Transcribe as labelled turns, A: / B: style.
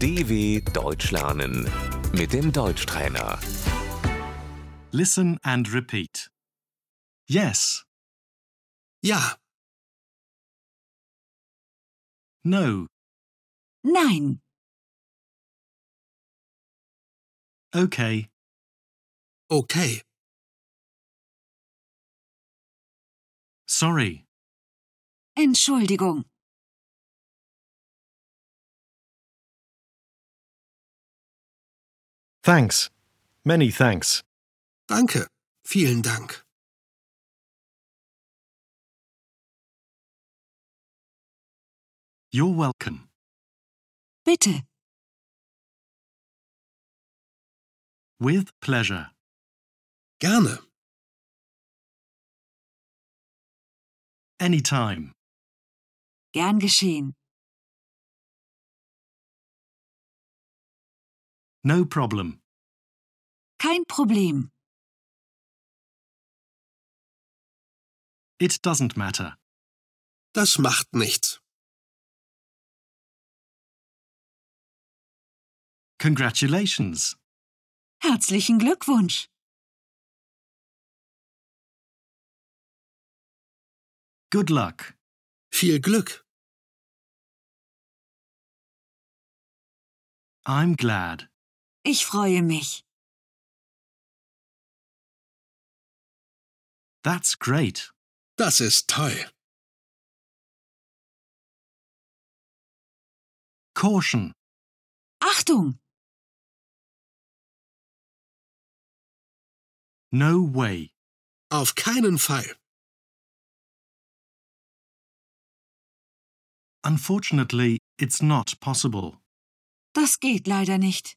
A: DW Deutsch lernen mit dem Deutschtrainer.
B: Listen and repeat. Yes,
C: Ja,
B: no,
D: Nein,
B: okay,
C: okay,
B: sorry,
D: Entschuldigung,
E: Thanks. Many thanks.
C: danke, vielen Dank.
B: you're welcome.
D: bitte,
B: With pleasure.
C: Gerne,
B: Anytime.
D: gern geschehen,
B: No problem.
D: kein Problem,
B: It doesn't matter.
C: das macht nichts.
B: Congratulations.
D: herzlichen Glückwunsch,
B: Good luck.
C: Viel Glück,
B: I'm glad.
D: ich freue mich,
B: That's great.
C: das ist toll.
B: Caution.
D: Achtung,
B: No way.
C: Auf keinen Fall.
B: Unfortunately, it's not possible.
D: das geht leider nicht.